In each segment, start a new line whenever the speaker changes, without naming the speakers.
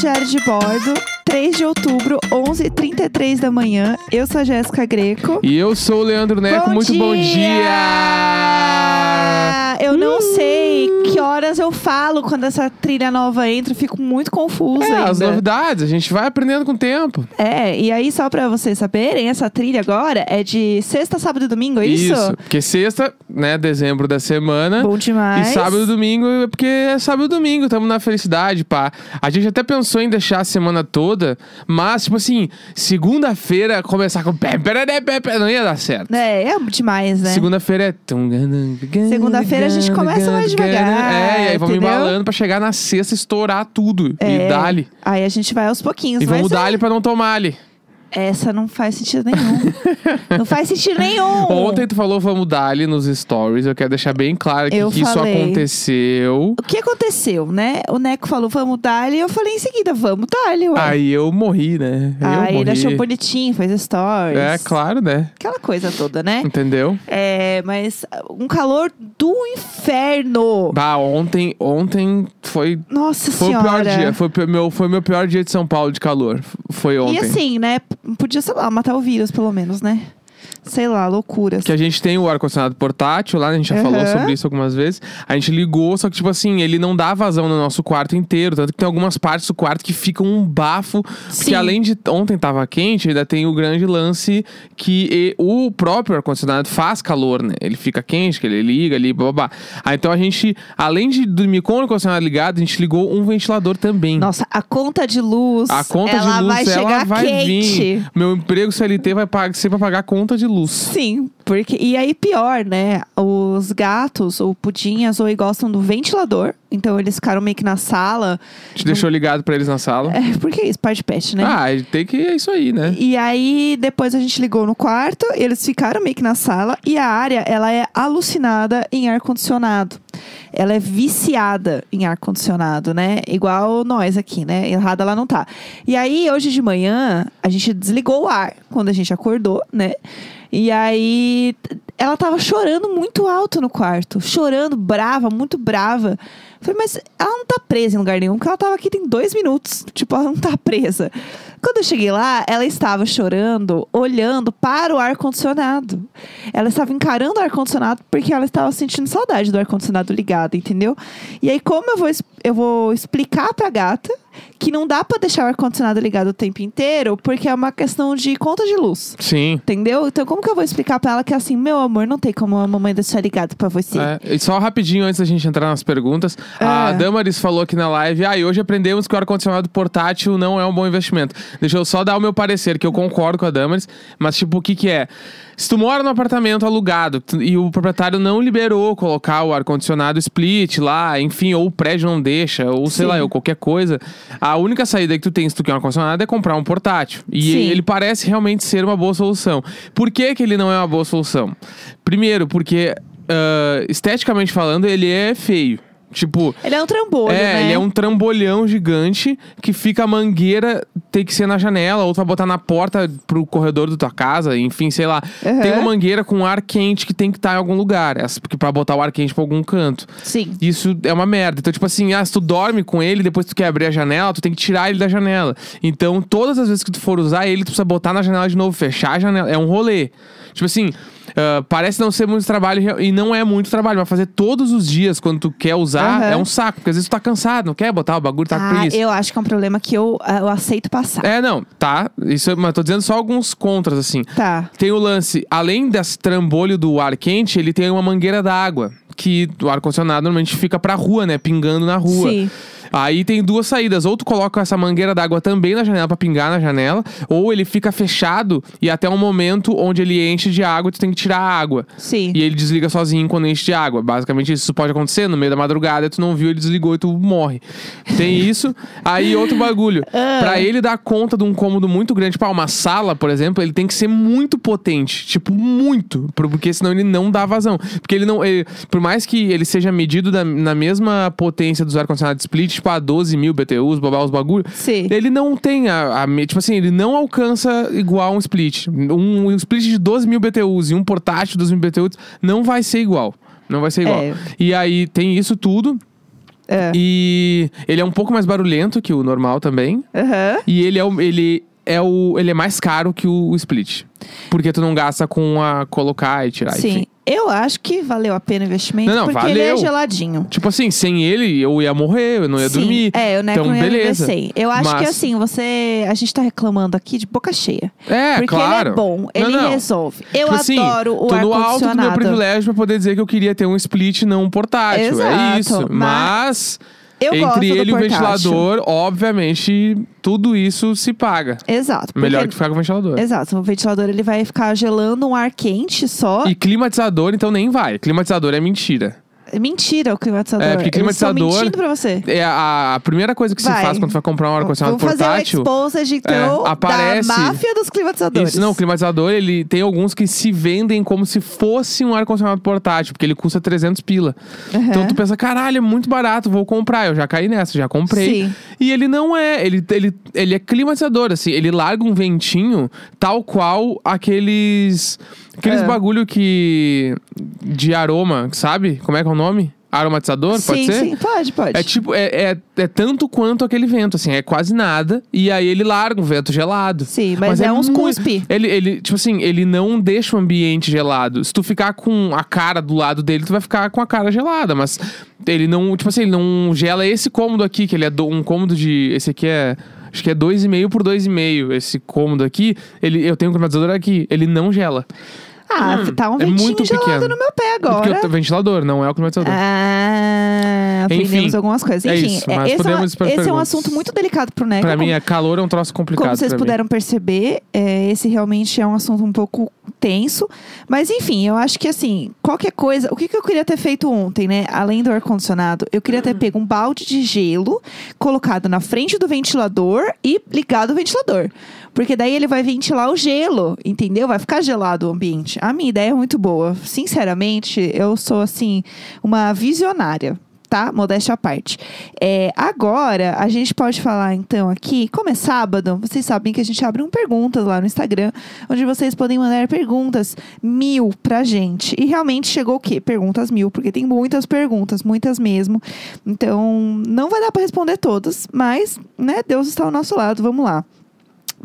Diário de Bordo, 3 de outubro, 11h33 da manhã. Eu sou a Jéssica Greco.
E eu sou o Leandro Neco,
Bom
Né, muito bom dia!
Ah, Eu não
Hum.
sei que horas eu falo quando essa trilha nova entra, eu fico muito confusa
É, as
ainda.
novidades, a gente vai aprendendo com o tempo.
É, e aí só pra vocês saberem, essa trilha agora é de sexta, sábado e domingo, é isso?
Porque sexta, né, dezembro da semana.
Bom demais.
E sábado e domingo, é porque é sábado e domingo, estamos na felicidade, pá. A gente até pensou em deixar a semana toda, mas, tipo assim, segunda-feira começar com. pé, pé, pé, pé, pé, Não ia dar certo.
É, é demais, né?
Segunda-feira é.
Segunda-feira a gente começa mais devagar,
É, e aí vamos
entendeu?
embalando pra chegar na sexta, estourar tudo.
É.
E dali.
Aí a gente vai aos pouquinhos,
E
mas é
vamos dali pra não tomar ali.
essa não faz sentido nenhum. não faz sentido nenhum.
Ontem tu falou vamos dali nos stories. Eu quero deixar bem claro que,
Eu
que isso
falei.
aconteceu.
O que aconteceu, né? O Neco falou, vamos dar-lhe. Eu falei em seguida, vamos dar-lhe. ué.
Aí eu morri, né? Eu
Aí
morri.
ele achou bonitinho, fez stories.
É, claro, né?
Aquela coisa toda, né?
Entendeu?
É, mas ah, um calor do inferno.
Bah, ontem, ontem foi,
Nossa
foi o
senhora.
pior dia. Foi o pi- meu, foi meu pior dia de São Paulo de calor. F- Foi ontem.
E assim, né? p- Podia, sei lá, matar o vírus, pelo menos, né? Sei lá, loucuras.
Que a gente tem o ar-condicionado portátil lá, né? a gente já
Aham.
falou sobre isso algumas vezes. A gente ligou, só que, tipo assim, ele não dá vazão no nosso quarto inteiro. Tanto que tem algumas partes do quarto que ficam um bafo.
Sim.
Porque além de ontem tava quente, ainda tem o grande lance que e- o próprio ar-condicionado faz calor, né? Ele fica quente, que ele liga ali, babá. Aí então a gente, além de dormir com o ar-condicionado ligado, a gente ligou um ventilador também.
Nossa, a conta de luz.
A conta
ela
de luz,
vai
ela
chegar
vai
quente.
vir. Meu emprego CLT vai pagar, ser pra pagar a conta de luz.
Sim, porque. E aí, pior, né? Os gatos, ou pudim, ou gostam do ventilador. Então eles ficaram meio que na sala.
Te deixou ligado pra eles na sala.
É, porque é isso, parte de pet, né?
Ah, ele tem que. É isso aí, né?
E aí, depois a gente ligou no quarto, eles ficaram meio que na sala, e a área, ela é alucinada em ar-condicionado. Ela é viciada em ar-condicionado, né? Igual nós aqui, né? Errada ela não tá. E aí, hoje de manhã, a gente desligou o ar quando a gente acordou, né? E aí, t- ela tava chorando muito alto no quarto. Chorando, brava, muito brava. Eu Falei, mas ela não tá presa em lugar nenhum, porque ela tava aqui tem dois minutos. Tipo, ela não tá presa. Quando eu cheguei lá, ela estava chorando, olhando para o ar-condicionado. Ela estava encarando o ar-condicionado porque ela estava sentindo saudade do ar-condicionado ligado, entendeu? E aí, como eu vou, es- eu vou explicar pra gata que não dá pra deixar o ar-condicionado ligado o tempo inteiro, porque é uma questão de conta de luz.
Sim.
Entendeu? Então, como que eu vou explicar pra ela que assim, meu amor, não tem como a mamãe deixar ligado pra você?
É, e só rapidinho antes da gente entrar nas perguntas, a
É.
Damaris falou aqui na live: ah, e hoje aprendemos que o ar-condicionado portátil não é um bom investimento. Deixa eu só dar o meu parecer, que eu concordo com a Damaris, mas tipo, o que, que é? Se tu mora num apartamento alugado tu- e o proprietário não liberou colocar o ar-condicionado split lá, enfim, ou o prédio não deixa, ou sei
Sim.
lá, ou qualquer coisa, a única saída que tu tem se tu quer um ar-condicionado é comprar um portátil. E
Sim.
ele parece realmente ser uma boa solução. Por que, que ele não é uma boa solução? Primeiro, porque ah, esteticamente falando, ele é feio. Tipo.
Ele é um trambolho,
é,
né?
ele é um trambolhão gigante que fica a mangueira, tem que ser na janela, ou tu vai botar na porta pro corredor da tua casa, enfim, sei lá.
Uhum.
Tem uma mangueira com ar quente que tem que estar em algum lugar, essa- porque pra botar o ar quente pra algum canto.
Sim.
Isso é uma merda. Então, tipo assim, ah, se tu dorme com ele, depois tu quer abrir a janela, tu tem que tirar ele da janela. Então, todas as vezes que tu for usar ele, tu precisa botar na janela de novo, fechar a janela. É um rolê. Tipo assim, ah, parece não ser muito trabalho re- e não é muito trabalho, mas fazer todos os dias quando tu quer usar
Aham.
é um saco, porque às vezes tu tá cansado, não quer botar o bagulho, tá com
Ah,
preguiça.
eu acho que é um problema que eu, ah, eu aceito passar.
É, não, tá. Isso, é- mas eu tô dizendo só alguns contras, assim.
Tá.
Tem o lance, além desse trambolho do ar quente, ele tem uma mangueira d'água. Que o ar-condicionado normalmente fica pra rua, né? Pingando na rua.
Sim.
Aí tem duas saídas. Ou tu coloca essa mangueira d'água também na janela pra pingar na janela, ou ele fica fechado e até um momento onde ele enche de água, tu tem que tirar a água.
Sim.
E ele desliga sozinho quando enche de água. Basicamente, isso pode acontecer no meio da madrugada, tu não viu, ele desligou e tu morre. Tem isso. Aí, outro bagulho. Pra ele dar conta de um cômodo muito grande, tipo, ah, uma sala, por exemplo, ele tem que ser muito potente. Tipo, muito. pro- Porque senão ele não dá vazão. Porque ele não. ele- por mais que ele seja medido da- na mesma potência dos ar-condicionados split, tipo, a 12 mil BTUs, babá, os bagulho.
Sim.
Ele não tem a, a me- Tipo assim, ele não alcança igual um split. Um, um split de 12 mil BTUs e um portátil de 12 mil BTUs não vai ser igual. Não vai ser igual.
É.
E aí tem isso tudo.
É.
E ele é um pouco mais barulhento que o normal também.
Aham.
E ele é o. Ele é o, ele é mais caro que o split. Porque tu não gasta com a colocar e tirar.
Sim.
Enfim.
Eu acho que valeu a pena o investimento,
Não, não,
porque ele é
valeu.
geladinho.
Tipo assim, sem ele eu ia morrer, eu não ia
Sim.
dormir.
É, eu
então,
não ia
beleza.
envelhecer. Eu acho que
Mas-
assim, você. A gente tá reclamando aqui de boca cheia.
É,
porque
claro.
ele é bom, ele
não, não.
resolve. Eu
Tipo assim,
adoro o
Tô no alto do meu
ar-condicionado.
privilégio pra poder dizer que eu queria ter um split, não um portátil.
Exato,
É isso. Mas,
Eu gosto
entre
do
ele e o
portátil.
ventilador, obviamente, tudo isso se paga.
Exato. porque-
Melhor que ficar com o ventilador.
Exato, o ventilador ele vai ficar gelando um ar quente só.
E climatizador, então nem vai. Climatizador é mentira.
Mentira o climatizador.
É, porque
Eu
climatizador-
estou mentindo pra você.
É a, a primeira coisa que
Vai.
se faz quando tu vai comprar um ar-condicionado
Vamos fazer o
portátil.
exposed, então,
É, aparece-
da máfia dos climatizadores.
Isso, não, o climatizador, ele tem alguns que se vendem como se fosse um ar-condicionado portátil, porque ele custa 300 pila.
Aham.
Então tu pensa, caralho, é muito barato, vou comprar. Eu já caí nessa, já comprei.
Sim.
E ele não é, ele, ele, ele é climatizador, assim, ele larga um ventinho tal qual aqueles. Aqueles
É.
bagulho que. de aroma, sabe? Como é que é o nome? Aromatizador? pode
sim,
ser?
sim, pode, pode.
É tipo, é, é, é tanto quanto aquele vento, assim, é quase nada. E aí ele larga um vento gelado.
Sim, mas é uns
mui-
cuspe.
Ele, ele, tipo assim, ele não deixa o ambiente gelado. Se tu ficar com a cara do lado dele, tu vai ficar com a cara gelada. Mas ele não, tipo assim, ele não gela esse cômodo aqui, que ele é do- um cômodo de. Esse aqui é. Acho que é 2,5 por 2,5. Esse cômodo aqui, ele, eu tenho um climatizador aqui, ele não gela.
ah,
Hum,
tá um
é
ventinho
muito
gelado
pequeno.
no meu pé
Porque
agora.
é o ventilador, não é o climatizador.
Ah, aprendemos
Enfim,
algumas coisas.
é
Enfim,
isso, mas
esse, é, um-
podemos ir para
esse é um
perguntas.
assunto muito delicado pro Neca.
Pra mim, é calor é um troço complicado.
Como vocês
pra mim.
puderam perceber, é, esse realmente é um assunto um pouco tenso. Mas enfim, eu acho que assim, qualquer coisa. O que, que eu queria ter feito ontem, né? Além do ar-condicionado, eu queria
Uhum.
ter pego um balde de gelo, colocado na frente do ventilador e ligado o ventilador. Porque daí ele vai ventilar o gelo, entendeu? Vai ficar gelado o ambiente. A minha ideia é muito boa. Sinceramente, eu sou assim, uma visionária tá? Modéstia à parte. É, agora, a gente pode falar, então, aqui, como é sábado, vocês sabem que a gente abre um perguntas lá no Instagram, onde vocês podem mandar perguntas mil pra gente. E realmente chegou o quê? Perguntas mil, porque tem muitas perguntas, muitas mesmo. Então, não vai dar pra responder todas, mas, né, Deus está ao nosso lado, vamos lá.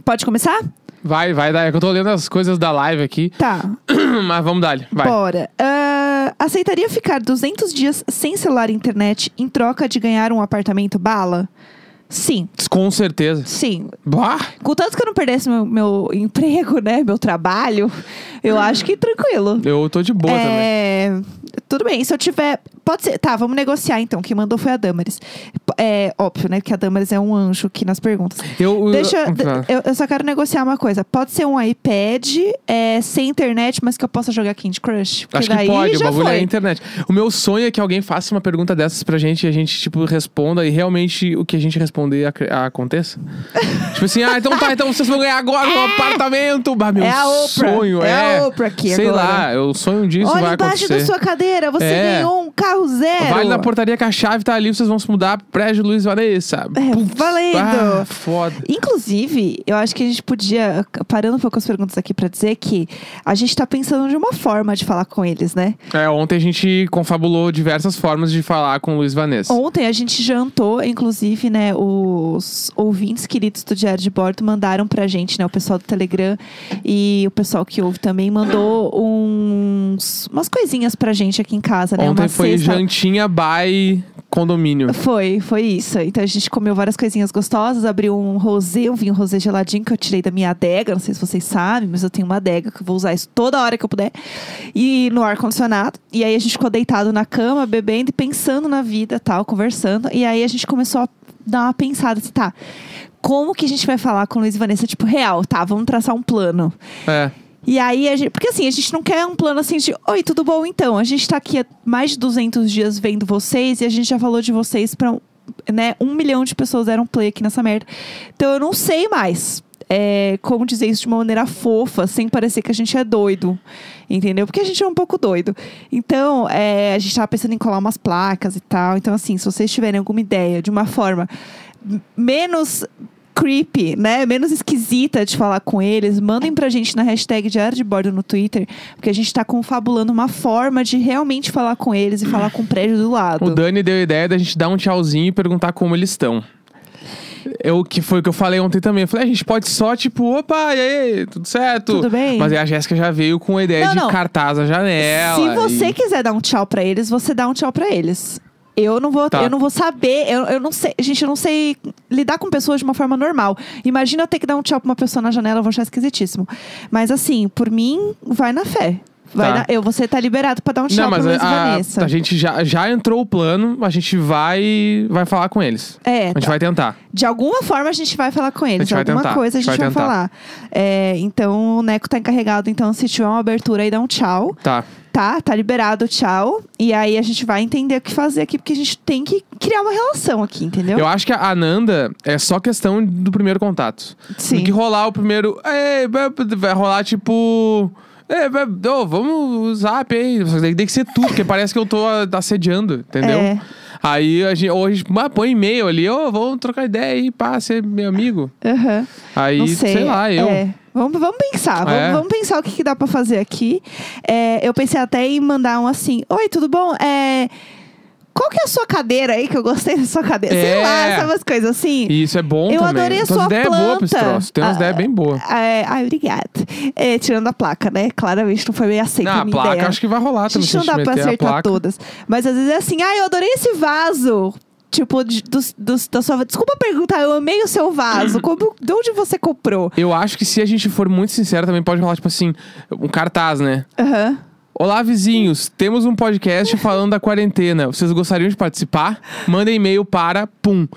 Pode começar?
Vai, vai, Dai. é que Eu tô lendo as coisas da live aqui,
Tá.
mas vamos dar Vai.
Bora. Ah, aceitaria ficar 200 dias sem celular e internet em troca de ganhar um apartamento bala? Sim,
Com certeza.
sim.
Bah!
Contanto que eu não perdesse meu, meu emprego, né? Meu trabalho, eu acho que tranquilo.
Eu tô de boa também.
É, tudo bem, se eu tiver. Pode ser. Tá, vamos negociar então. Quem mandou foi a Damaris. P- É óbvio, né? Que a Damaris é um anjo aqui nas perguntas.
Eu, eu-
Deixa. d-
Tá.
Eu, eu só quero negociar uma coisa. Pode ser um iPad é, sem internet, mas que eu possa jogar Candy Crush? Porque
Acho que
daí
pode, o
já
bagulho
foi.
é a internet. O meu sonho é que alguém faça uma pergunta dessas pra gente e a gente, tipo, responda e realmente o que a gente responder ac- aconteça. tipo assim, ah, então tá, então vocês vão ganhar agora um apartamento. Bah, meu
É a Oprah.
sonho,
É
é.
a Oprah aqui
Sei
agora.
lá, eu sonho disso
Olha
vai
embaixo
acontecer.
da sua cadeira, você
É.
ganhou um carro zero.
Vale na portaria que a chave tá ali, vocês vão se mudar. Prédio Luiz Vanessa.
É,
Putz,
valendo.
Ah, foda.
Inclusive, eu acho que a gente podia, parando um pouco as perguntas aqui pra dizer que a gente tá pensando de uma forma de falar com eles, né?
É, ontem a gente confabulou diversas formas de falar com o Luiz Vanessa.
Ontem a gente jantou, inclusive, né? Os ouvintes queridos do Diário de Bordo mandaram pra gente, né? O pessoal do Telegram e o pessoal que ouve também mandou uns, umas coisinhas pra gente aqui em casa, né?
Ontem
uma
foi
cesta.
jantinha by condomínio.
Foi, foi isso. Então a gente comeu várias coisinhas gostosas, abriu um rosé, um vinho rosé geladinho que eu tirei da minha adega, não sei se vocês sabem, mas eu tenho uma adega que eu vou usar isso toda hora que eu puder. E no ar condicionado. E aí a gente ficou deitado na cama, bebendo e pensando na vida, tal, conversando. E aí a gente começou a dar uma pensada, assim, tá? Como que a gente vai falar com o Luiz e Vanessa, tipo, real, tá? Vamos traçar um plano.
É.
E aí, a gente, porque assim, a gente não quer um plano assim de Oi, tudo bom então? A gente tá aqui há mais de 200 dias vendo vocês e a gente já falou de vocês pra né, um milhão de pessoas deram play aqui nessa merda. Então eu não sei mais é, como dizer isso de uma maneira fofa, sem parecer que a gente é doido, entendeu? Porque a gente é um pouco doido. Então, é, a gente tava pensando em colar umas placas e tal. Então, assim, se vocês tiverem alguma ideia de uma forma m- menos creepy, né? Menos esquisita de falar com eles, mandem pra gente na hashtag Diário de Bordo no Twitter, porque a gente tá confabulando uma forma de realmente falar com eles e falar com o prédio do lado.
O Dani deu a ideia da gente dar um tchauzinho e perguntar como eles estão. Eu, que foi o que eu falei ontem também. Eu falei, a gente pode só, tipo, opa, e aí, tudo certo?
Tudo bem?
Mas aí a Jéssica já veio com a ideia
Não,
de
não.
cartaz à janela.
Se você
e-
quiser dar um tchau pra eles, você dá um tchau pra eles. Eu não vou,
Tá.
eu não vou saber, eu, eu não sei, gente, eu não sei lidar com pessoas de uma forma normal. Imagina eu ter que dar um tchau pra uma pessoa na janela, eu vou achar esquisitíssimo. Mas assim, por mim, vai na fé. Vai
Tá.
na- eu, você tá liberado pra dar um tchau
Não, mas
pra Luiz
a,
Vanessa.
a gente já, já entrou o plano, a gente vai, vai falar com eles.
É,
A gente
tá.
vai tentar.
de alguma forma a gente vai falar com eles.
gente vai
alguma
tentar,
coisa a gente vai,
tentar.
falar. É, então o Neco tá encarregado, então se tiver uma abertura aí, dá um tchau.
Tá.
Tá, tá liberado, tchau. E aí a gente vai entender o que fazer aqui, porque a gente tem que criar uma relação aqui, entendeu?
Eu acho que a Ananda é só questão do primeiro contato.
Sim.
Tem que rolar o primeiro. "Ei, ba- ba-", Vai rolar tipo. "Ei, ba- ô, vamos usar aí. Só que Tem tem que ser tudo, porque parece que eu tô ah, assediando, entendeu?
É.
Aí a gente, ou a gente ah, põe e-mail ali, ô, vamos trocar ideia aí, pá, ser meu amigo.
Aham.
Aí,
Não sei.
lá, eu.
É. Vamos, vamos pensar, vamos,
É.
vamos pensar o que, que dá pra fazer aqui. É, eu pensei até em mandar um assim: Oi, tudo bom? É, Qual que é a sua cadeira aí? Que eu gostei da sua cadeira. Sei
É.
lá, sabe umas coisas assim.
E isso é bom
Eu
também.
adorei a
Tuas
sua
ideias boas pra esse
planta.
troço. Tem umas
Ah,
ideias bem boas.
É, ai, obrigada. É, tirando a placa, né? Claramente não foi bem aceita
Na
a minha
Ah, placa,
ideia.
acho que vai rolar
A
Ah, também.
gente
se a
não dá pra
meter a
acertar
placa.
todas. Mas às vezes é assim, ah, eu adorei esse vaso. Tipo, de- dos- dos- da sua. Desculpa perguntar, eu amei o seu vaso. Como, de onde você comprou?
Eu acho que se a gente for muito sincero, também pode rolar, tipo assim, um cartaz, né?
Aham.
Olá, vizinhos. Temos um podcast falando da quarentena. Vocês gostariam de participar? Mandem e-mail para Pum.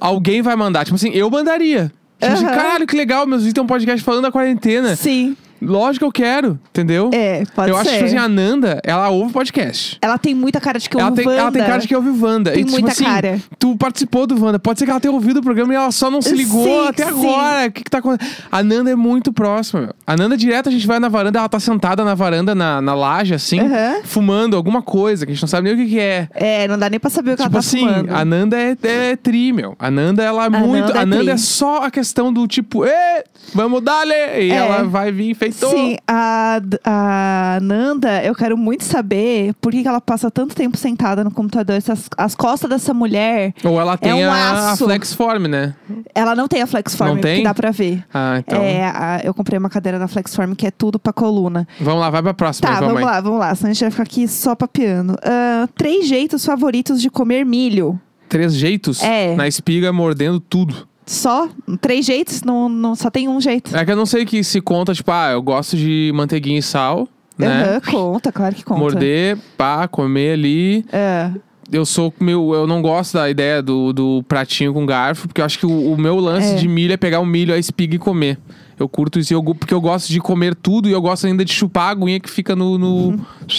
Alguém vai mandar. Tipo assim, eu mandaria. Tipo assim,
Aham.
caralho, que legal. Meus vizinhos têm um podcast falando da quarentena.
Sim.
Lógico que eu quero, entendeu?
É, pode
eu
ser.
acho que, tipo assim, a Nanda, ela ouve podcast.
Ela tem muita cara de que eu
Ela tem,
Wanda.
ela tem cara de que ouve Wanda.
Tem
e, tipo
muita
assim,
cara.
Tu participou do Wanda. Pode ser que ela tenha ouvido o programa e ela só não se ligou
Sim,
até
sim.
agora. O que, que tá acontecendo? A Nanda é muito próxima, meu. A Nanda é direto, a gente vai na varanda, ela tá sentada na varanda, na, na laje, assim,
Aham.
fumando alguma coisa, que a gente não sabe nem o que, que é.
É, não dá nem pra saber o que
tipo
ela tá
assim,
fumando.
a Nanda é, é tri, meu. A Nanda, ela é muito.
Nanda é
a Nanda
tri.
é só a questão do tipo, Ê, vamos dar-lhe! E
É.
ela vai vir enfeitou.
Sim, a, a Nanda, eu quero muito saber por que, que ela passa tanto tempo sentada no computador. Se as, as costas dessa mulher,
Ou ela tem
um
a, a
aço.
Flexform, né?
ela não tem a flexform,
Não tem?
que dá pra ver.
Ah, então.
É, a- eu comprei uma cadeira na Flexform que é tudo pra coluna.
Vamos lá, vai pra próxima,
Tá,
então,
vamos
mãe.
lá, vamos lá, senão a gente vai ficar aqui só papeando. Ah, três jeitos favoritos de comer milho.
Três jeitos
É.
na espiga mordendo tudo.
Só? Três jeitos? Não, não, só tem um jeito.
É que eu não sei que se conta, tipo, ah, eu gosto de manteiguinha e sal, né?
Aham, conta, claro que conta.
Morder, pá, comer ali.
É.
Eu sou meu, eu não gosto da ideia do, do pratinho com garfo, porque eu acho que o, o meu
É.
lance de milho é pegar o milho, a espiga e comer. Eu curto isso, e eu, go- porque eu gosto de comer tudo e eu gosto ainda de chupar a aguinha que fica no,
Uhum.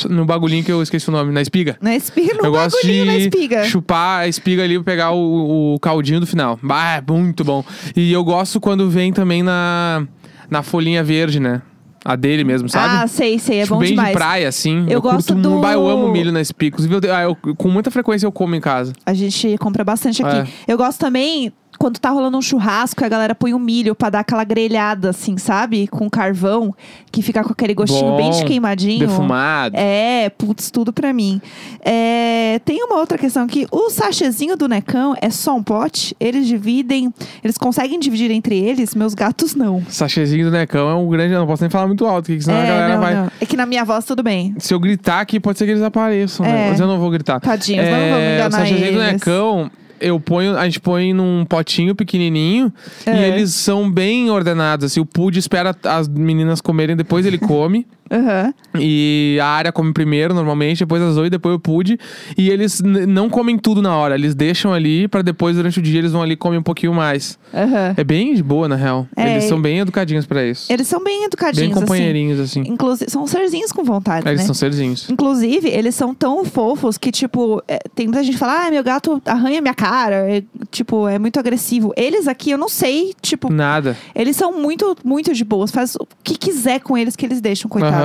no, no bagulhinho que eu esqueci o nome, na espiga.
Na espiga, no
eu gosto
bagulhinho
de
na espiga.
chupar a espiga ali e pegar o, o caldinho do final. Bah, é muito bom. E eu gosto quando vem também na, na folhinha verde, né? A dele mesmo, sabe?
Ah, sei, sei, é
tipo,
bom
bem
demais.
de praia, assim.
Eu gosto
curto muito.
do-
Bah, eu amo milho na espiga. Inclusive, eu, te- ah, eu- com muita frequência eu como em casa.
A gente compra bastante aqui.
É.
Eu gosto também quando tá rolando um churrasco, a galera põe o milho pra dar aquela grelhada, assim, sabe? Com carvão, que fica com aquele gostinho bem de
Bom,
queimadinho.
Defumado.
É, putz, tudo pra mim. É, tem uma outra questão aqui. O sachezinho do Necão é só um pote? Eles dividem, eles conseguem dividir entre eles? Meus gatos não.
Sachezinho do Necão é um grande. Eu não posso nem falar muito alto, porque senão a
é,
galera
não,
vai.
não. É que na minha voz tudo bem.
Se eu gritar aqui, pode ser que eles apareçam,
É.
né? Mas eu não vou gritar. É,
Tadinhos, não vamos enganar
o sachezinho do
eles.
necão, eu ponho, a gente põe num potinho pequenininho e
É.
eles são bem ordenados. Assim, o Pud espera as meninas comerem, depois ele come.
Aham.
E a área come primeiro, normalmente, depois a Zoe, depois o Pud. E eles n- não comem tudo na hora, eles deixam ali pra depois, durante o dia, eles vão ali e comem um pouquinho mais.
Aham.
É bem de boa, na real.
É,
eles
e-
são bem educadinhos pra isso.
Eles são bem educadinhos,
bem companheirinhos, assim.
assim. Inclusive, são serzinhos com vontade,
Eles
né?
são serzinhos.
Inclusive, eles são tão fofos que, tipo, é, tem muita gente que fala, ah, meu gato arranha minha cara, é, tipo, é muito agressivo. Eles aqui, eu não sei, tipo,
Nada.
eles são muito, muito de boas. Faz o que quiser com eles que eles deixam, coitados.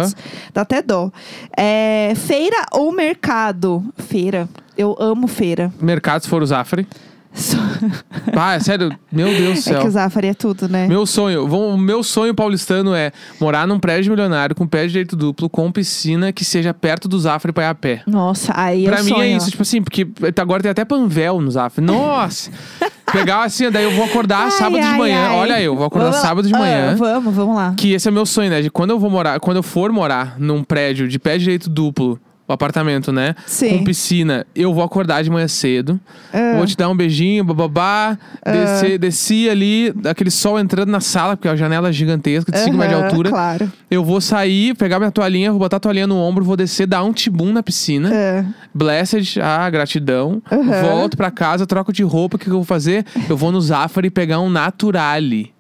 Dá até dó. É, feira ou mercado? Feira. Eu amo feira.
Mercados foram os Afri.
Só-
Ah, é sério, meu Deus do
É
céu.
que o Zafari é tudo, né?
Meu sonho, vão- o meu sonho paulistano é morar num prédio milionário com pé direito duplo, com piscina que seja perto do Zafre pra ir a pé.
Nossa, aí
pra
eu
mim
sonho.
é isso, tipo assim, porque agora tem até Panvel no Zafre. Nossa! Pegar assim, daí eu vou acordar
Ai,
sábado de
ai,
manhã.
ai.
Olha eu, vou acordar
Vamos lá.
sábado de manhã.
Ah, vamos, vamos lá.
Que esse é meu sonho, né? De quando eu vou morar, quando eu for morar num prédio de pé direito duplo, o apartamento, né?
Sim.
Com piscina, eu vou acordar de manhã cedo.
Ah.
Vou te dar um beijinho, bababá.
É.
Descer, desci ali, aquele sol entrando na sala, porque é uma janela gigantesca de 5 metros de
Aham,
altura.
Claro.
Eu vou sair, pegar minha toalhinha, vou botar a toalhinha no ombro, vou descer, dar um tibum na piscina.
Ah,
Blessed, ah, gratidão.
Aham.
Volto pra casa, troco de roupa. O que, que eu vou fazer? Eu vou no Zafari pegar um Naturale.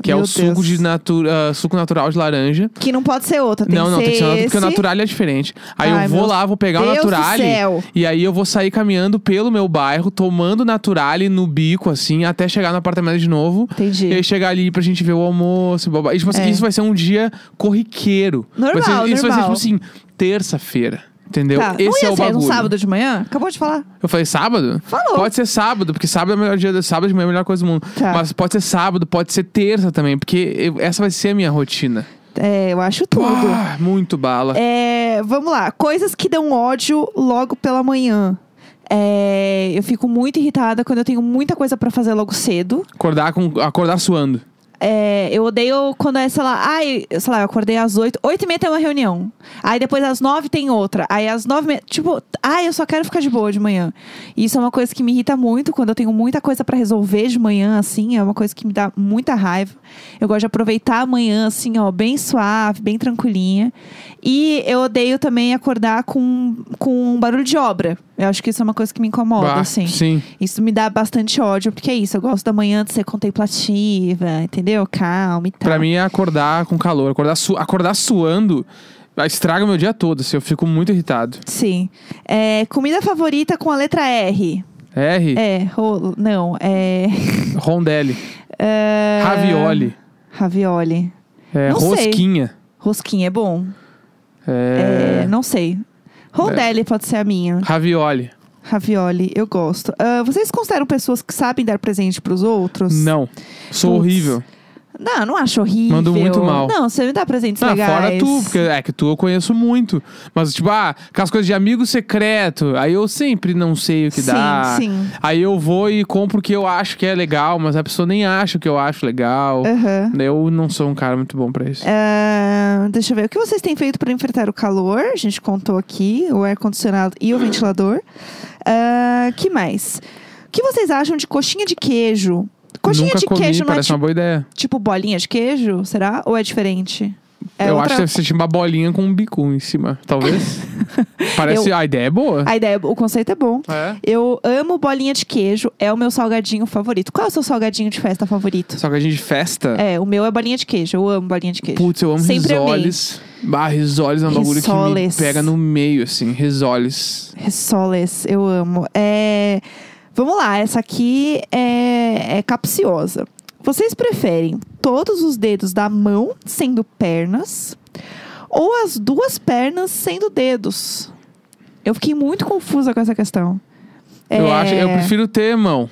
Que é
Meu
o suco,
Deus.
de natu ah, suco natural de laranja.
que não pode ser outra. Tem
não,
que
não,
ser
tem que ser outro,
esse.
porque o Naturale é diferente. Aí
Ai,
eu vou
meu
lá, vou pegar
Deus
o
do
Naturale.
céu.
E aí eu vou sair caminhando pelo meu bairro, tomando Naturale no bico, assim, até chegar no apartamento de novo.
Entendi.
E aí chegar ali pra gente ver o almoço. babá. E, tipo assim,
É.
isso vai ser um dia corriqueiro. Vai
Normal,
ser- isso
normal.
vai ser, tipo assim, terça-feira. Entendeu?
Tá,
Esse
não
é
ia
o
ser
bagulho.
um sábado de manhã? Acabou de falar.
Eu falei sábado?
Falou.
Pode ser sábado, porque sábado é o melhor dia, do- sábado de manhã é a melhor coisa do mundo.
Tá.
Mas pode ser sábado, pode ser terça também, porque eu- essa vai ser a minha rotina.
É, eu acho tudo.
Ah, muito bala.
É, vamos lá. Coisas que dão ódio logo pela manhã. É, eu fico muito irritada quando eu tenho muita coisa pra fazer logo cedo.
Acordar, com, acordar suando.
É, eu odeio quando é, sei lá, ai, eu- sei lá, eu acordei às oito, oito e meia tem uma reunião. Aí depois às nove tem outra. Aí às nove, e meia- tipo, ai, eu só quero ficar de boa de manhã. E Isso é uma coisa que me irrita muito quando eu tenho muita coisa pra resolver de manhã, assim, é uma coisa que me dá muita raiva. Eu gosto de aproveitar a manhã, assim, ó, bem suave, bem tranquilinha. E eu odeio também acordar com, com um barulho de obra. Eu acho que isso é uma coisa que me incomoda,
Bah,
assim.
Sim.
Isso me dá bastante ódio, porque é isso. Eu gosto da manhã de ser contemplativa, entendeu? Calma e tal.
Pra mim é acordar com calor. Acordar, su- acordar suando ah, estraga meu dia todo, assim, eu fico muito irritado.
Sim. É, comida favorita com a letra R.
R,
É, rolo. Não, é.
rondelli,
é,
ravioli,
Ravioli.
é,
não sei.
rosquinha.
Rosquinha é bom.
É,
É, não sei. Rondelli pode ser a minha.
Ravioli.
Ravioli, eu gosto. Ah, vocês consideram pessoas que sabem dar presente pros outros?
Não. Sou
Putz.
horrível.
Não, não acho horrível.
Mando muito mal.
Não, você me dá presentes
Ah,
legais.
fora tu, porque é que tu eu conheço muito. Mas, tipo, ah, aquelas coisas de amigo secreto. Aí eu sempre não sei o que
Sim,
dá.
sim.
Aí eu vou e compro o que eu acho que é legal, mas a pessoa nem acha o que eu acho legal.
Aham.
Eu não sou um cara muito bom pra
É.
isso.
Ah, deixa eu ver. O que vocês têm feito para enfrentar o calor? A gente contou aqui, o ar-condicionado e o ventilador. Ah, que mais? O que vocês acham de coxinha de queijo? Coxinha
Nunca
de
comi,
queijo não é
parece
ti-
uma boa ideia.
tipo bolinha de queijo? Será? Ou é diferente? É
eu
outra-
acho que deve ser tipo uma bolinha com um bico em cima, talvez. Parece. A ideia é boa.
A ideia, o conceito é bom.
É.
Eu amo bolinha de queijo, é o meu salgadinho favorito. Qual é o seu salgadinho de festa favorito?
Só que a gente festa.
É, o meu é bolinha de queijo. Eu amo bolinha de queijo.
Putz, eu amo
É. Sempre amei.
risoles. Bah, risoles é um bagulho que me
Risoles.
pega no meio, assim. Risoles.
Ressoles, É eu amo. É, Vamos lá, essa aqui é... é capciosa. Vocês preferem todos os dedos da mão sendo pernas ou as duas pernas sendo dedos? Eu fiquei muito confusa com essa questão.
Eu,
É,
acho, eu prefiro ter mão.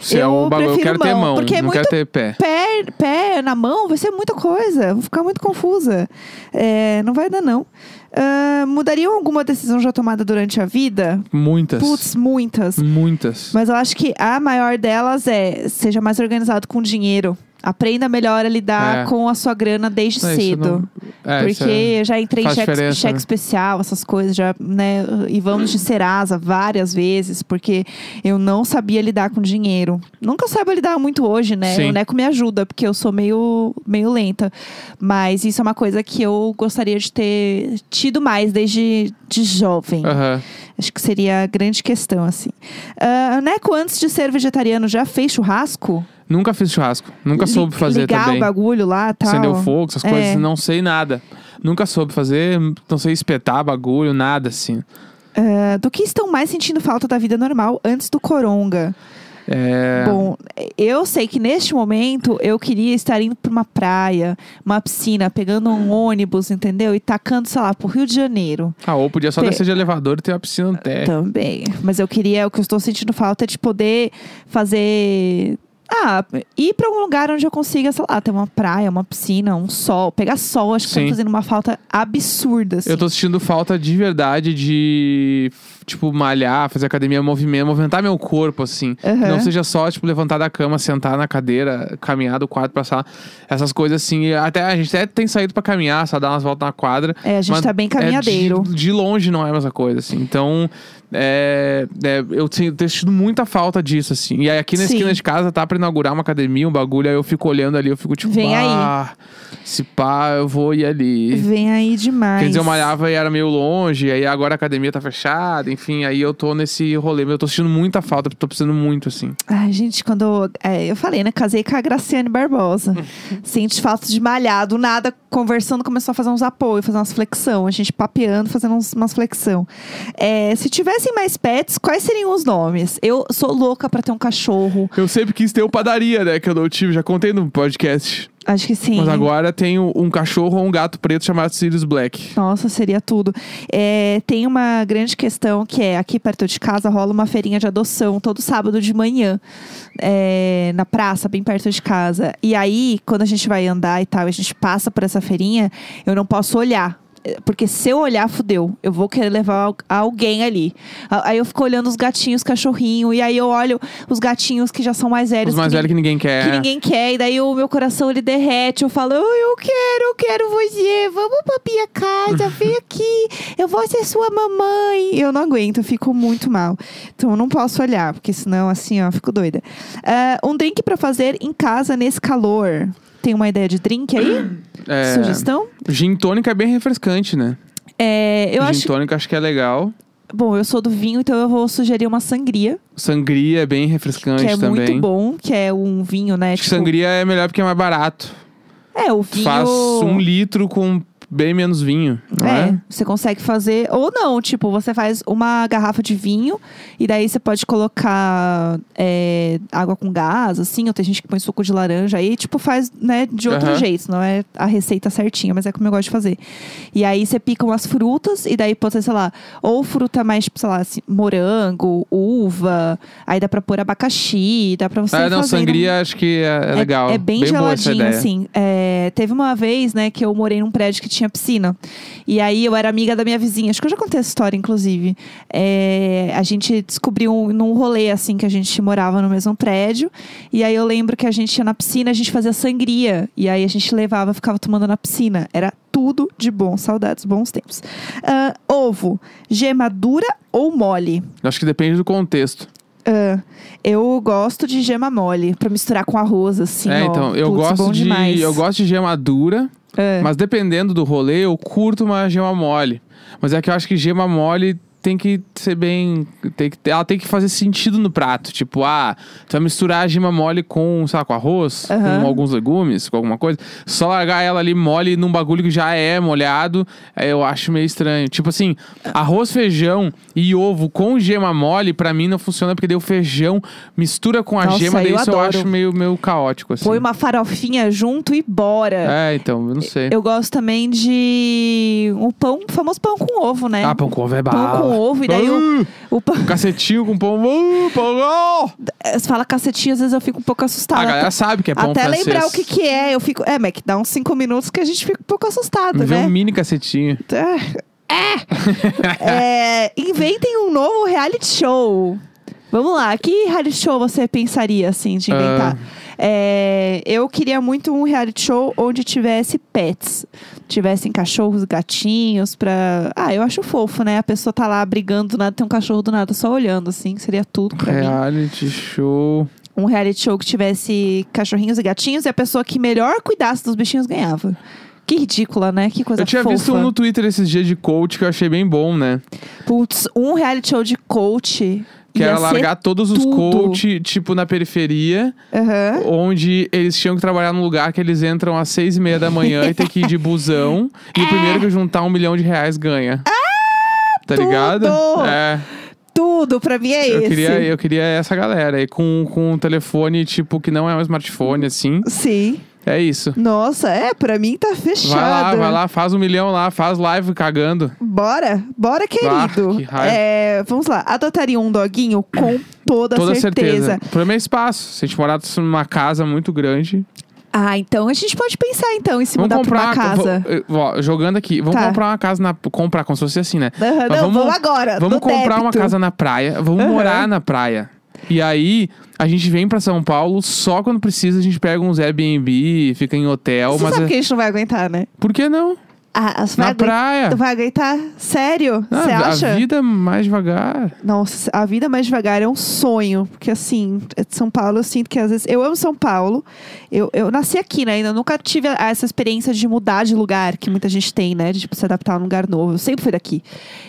Se é
Eu
o bagulho, eu
prefiro
quero ter
mão,
mão.
porque é
não quero
muito-
ter pé.
Pé, pé na mão vai ser muita coisa. Vou ficar muito confusa. É, não vai dar, não. Ah, mudariam alguma decisão já tomada durante a vida?
Muitas.
Putz, muitas.
Muitas. É,
Mas eu acho que a maior delas é seja mais organizado com dinheiro. Aprenda melhor a lidar
É.
com a sua grana desde
É, isso
cedo.
não- é, isso
Porque
é-
eu já entrei em
faz
cheque,
diferença,
cheque
né?
especial, essas coisas, já, né? E vamos de Serasa várias vezes, porque eu não sabia lidar com dinheiro. Nunca saiba lidar muito hoje, né?
Sim.
O Neco me ajuda, porque eu sou meio, meio lenta. Mas isso é uma coisa que eu gostaria de ter tido mais desde de jovem.
é, Aham.
Acho que seria a grande questão, assim. Ah, Neco, antes de ser vegetariano, já fez churrasco?
Nunca fiz churrasco. Nunca
Li-
soube fazer
Ligar
também.
o bagulho lá tal.
Acender o fogo, essas
É.
coisas, não sei nada. Nunca soube fazer, não sei espetar bagulho, nada assim.
Ah, do que estão mais sentindo falta da vida normal antes do coronga?
É...
Bom, eu sei que neste momento eu queria estar indo pra uma praia, uma piscina, pegando um ônibus, entendeu? E tacando, sei lá, pro Rio de Janeiro.
Ah, ou podia só
Tem-
descer de elevador e ter uma piscina no térreo.
Também. Mas eu queria, o que eu estou sentindo falta é de poder fazer. Ah, ir pra algum lugar onde eu consiga, sei lá, ter uma praia, uma piscina, um sol, pegar sol, acho que tá
Sim.
me fazendo uma falta absurda. Assim.
Eu tô sentindo falta de verdade de, tipo, malhar, fazer academia, movimento, movimentar meu corpo, assim.
Aham.
Não seja só, tipo, levantar da cama, sentar na cadeira, caminhar do quarto pra sala. Essas coisas, assim. Até, a gente até tem saído pra caminhar, só dar umas voltas na quadra.
É, a gente
mas
tá bem
é,
caminhadeiro.
de, de longe não é a mesma coisa, assim. Então, é, é, eu tenho tenho sentido muita falta disso, assim. E aí, aqui na
Sim.
esquina de casa, tá pra inaugurar uma academia, um bagulho. Aí eu fico olhando ali, eu fico tipo,
Vem aí.
ah, se pá, eu vou ir ali.
Vem aí demais.
Quer dizer, eu malhava e era meio longe, aí agora a academia tá fechada, enfim, aí eu tô nesse rolê. mas Eu tô sentindo muita falta, tô precisando muito, assim.
Ai, gente, quando. eu- é, eu falei, né? Casei com a Graciane Barbosa. Sente falta de malhar. Do nada, conversando, começou a fazer uns apoios, fazer umas flexão. A gente papeando, fazendo uns, umas flexão. É, se tivessem mais pets, quais seriam os nomes? Eu sou louca pra ter um cachorro.
Eu sempre quis ter o padaria, né? Que eu não tive, já contei no podcast.
Acho que sim.
Mas agora tenho um cachorro ou um gato preto chamado Sirius Black.
Nossa, seria tudo. É, tem uma grande questão que é aqui perto de casa rola uma feirinha de adoção todo sábado de manhã é, na praça, bem perto de casa. E aí, quando a gente vai andar e tal, e a gente passa por essa feirinha, eu não posso olhar. É, Porque se eu olhar, fudeu. Eu vou querer levar al- alguém ali. A- Aí eu fico olhando os gatinhos, cachorrinho. E aí eu olho os gatinhos que já são mais velhos.
Os mais
que
velhos que ninguém quer.
que ninguém quer. E daí o meu coração ele derrete. Eu falo, "Ai, eu quero, eu quero você. Vamos pra minha casa, vem aqui. Eu vou ser sua mamãe. Eu não aguento, eu fico muito mal. Então eu não posso olhar, porque senão, assim, ó, eu fico doida. Ah, um drink pra fazer em casa nesse calor. Tem uma ideia de drink aí?
É,
Sugestão?
Gin tônica é bem refrescante, né?
É, eu
Gin
acho.
tônica acho que é legal.
Bom, eu sou do vinho, então eu vou sugerir uma sangria,
Sangria é bem refrescante
que é
também.
muito bom, que é um vinho, né?
Acho que
tipo-
sangria é melhor porque é mais barato.
É, o
Tu
vinho.
Faz um litro com bem menos vinho, não é?
É, você consegue fazer. Ou não, tipo, você faz uma garrafa de vinho e daí você pode colocar é, água com gás, assim, ou tem gente que põe suco de laranja aí, tipo, faz, né, de outro
Aham.
jeito, não é a receita certinha, mas é como eu gosto de fazer. E aí você pica umas frutas e daí pode ser, sei lá, ou fruta mais, tipo, sei lá, assim, morango, uva, aí dá pra pôr abacaxi, dá pra você.
ah, não,
fazer num-
sangria acho que é, é legal.
é bem,
boa essa
geladinho,
ideia.
assim. É, teve uma vez, né, que eu morei num prédio que tinha piscina. E aí eu era amiga da minha vizinha. Acho que eu já contei essa história, inclusive. É, a gente descobriu um- num rolê, assim, que a gente morava no mesmo prédio. E aí eu lembro que a gente ia na piscina, a gente fazia sangria. E aí a gente levava, ficava tomando na piscina. Era tudo de bom. Saudades, bons tempos. Ah, ovo, gema dura ou mole?
Acho que depende do contexto.
Ah, eu gosto de gema mole, pra misturar com arroz, assim.
é,
ó.
então, eu
Putz,
gosto
bom
de.
demais.
Eu gosto de gema dura,
É.
mas dependendo do rolê, eu curto uma gema mole. Mas é que eu acho que gema mole tem que ser bem. Tem que, ter- ela tem que fazer sentido no prato. Tipo, ah, tu vai misturar a gema mole com, sei lá, com arroz,
Aham.
com alguns legumes, com alguma coisa. Só largar ela ali mole num bagulho que já é molhado, é, eu acho meio estranho. Tipo assim, arroz, feijão e ovo com gema mole, pra mim não funciona, porque daí o feijão mistura com a
Nossa,
gema, daí
eu
isso eu
adoro.
acho meio, meio caótico, assim.
Põe uma farofinha junto e bora.
É, então, eu não sei.
Eu gosto também de um pão, o famoso pão com ovo, né?
Ah, pão com ovo é
Pão
bala.
com ovo, e daí o,
Uh,
o pão.
Cacetinho com pão. Uh, pão. oh!
eh, Você fala cacetinho, às vezes eu fico um pouco assustada.
A galera sabe que é pão
Até
francês.
lembrar o que, que é, eu fico. É, Mac, dá uns cinco minutos que a gente fica um pouco assustado,
Me vê um
né?
mini cacetinho.
É. É, Inventem um novo reality show. Vamos lá, que reality show você pensaria, assim, de inventar?
Ah.
É, eu queria muito um reality show onde tivesse pets. Tivessem cachorros, gatinhos, pra... Ah, eu acho fofo, né? A pessoa tá lá brigando do nada, tem um cachorro do nada só olhando, assim. Seria tudo pra mim
Reality show.
um reality show que tivesse cachorrinhos e gatinhos e a pessoa que melhor cuidasse dos bichinhos ganhava. Que ridícula, né? Que coisa
eu tinha
fofa.
visto um no Twitter esses dias de coach que eu achei bem bom, né?
Putz, um reality show de coach.
Que
ia
era
ser-
largar todos os
tudo.
coach, tipo, na periferia,
Aham.
onde eles tinham que trabalhar num lugar que eles entram às seis e meia da manhã e tem que ir de busão.
É.
E o primeiro que juntar um milhão de reais ganha. tá ligado?
Ah, tudo!
É.
Tudo pra mim é
Eu
esse.
queria, eu queria essa galera. E com, com um telefone, tipo, que não é um smartphone, assim.
Sim.
É isso.
Nossa, é, pra mim tá fechado.
Vai lá, vai lá, faz um milhão lá, faz live cagando.
Bora, bora, querido.
que raiva.
É, vamos lá. Adotaria um doguinho com toda,
Toda certeza. O problema é espaço. Se a gente morar numa casa muito grande.
Ah, então a gente pode pensar então em se
vamos
mudar
comprar
pra uma casa.
vo- eh, ó, jogando aqui, vamos
Tá.
comprar uma casa na. Comprar, como se fosse assim, né?
Aham,
Mas
não,
vamos-
vamos, agora.
Vamos
no
comprar uma
débito.
casa na praia, vamos
Aham.
morar na praia. E aí, a gente vem pra São Paulo só quando precisa, a gente pega uns Airbnb, fica em hotel,
Você
mas.
sabe
é-
que a gente não vai aguentar, né?
Por que não?
Ah, você vai,
Na
aguentar,
praia.
vai aguentar? Sério?
Ah,
Você acha?
A vida mais devagar.
Nossa, a vida mais devagar é um sonho. Porque assim, São Paulo, eu sinto que às vezes. Eu amo São Paulo. Eu, eu nasci aqui, né? Ainda nunca tive a- essa experiência de mudar de lugar que muita gente tem, né? De tipo, se adaptar a um lugar novo. Eu sempre fui daqui.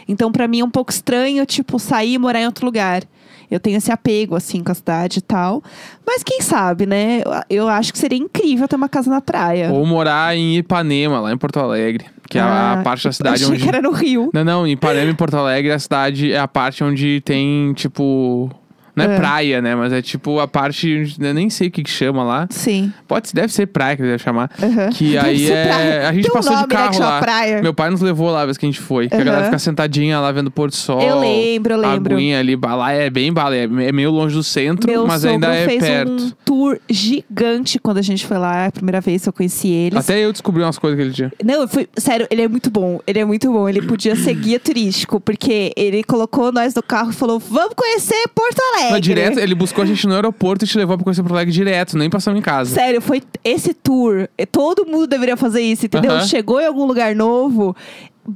Então, pra mim, é um pouco estranho, tipo, sair e morar em outro lugar. Eu tenho esse apego, assim, com a cidade e tal. Mas quem sabe, né? Eu, eu acho que seria incrível ter uma casa na praia.
Ou morar em Ipanema, lá em Porto Alegre, que é a- a
Ah,
parte da
eu
cidade
achei
onde.
que era no Rio.
Não, não, em Ipanema e Porto Alegre, a cidade é a parte onde tem, tipo. Não é,
É.
praia, né? Mas é tipo a parte. onde- Eu nem sei o que, que chama lá.
Sim.
Pode, deve ser praia que deve chamar.
Aham.
Que
Deve
aí
ser
é-
praia.
a gente
Tem um
passou de
nome, né, que
carro
chama
lá.
praia.
Meu pai nos levou lá, a vez que a gente foi. Que a galera
Aham.
fica sentadinha lá vendo o pôr do sol.
Eu lembro, eu lembro.
Aguinha ali, ba- lá é bem balé, é meio longe do centro,
Meu
mas
sogro
ainda é
fez
perto.
um tour gigante quando a gente foi lá, é a primeira vez que eu conheci eles.
Até eu descobri umas coisas aquele dia.
Não, eu fui, sério, ele é muito bom. Ele é muito bom. Ele podia ser guia turístico, porque ele colocou nós no carro e falou: "Vamos conhecer Porto Alegre".
Não, direto, é ele buscou a gente no aeroporto e te levou pra conhecer Porto Alegre direto, nem passamos em casa.
Sério, foi esse tour. é, Todo mundo deveria fazer isso, entendeu?
Aham.
Chegou em algum lugar novo,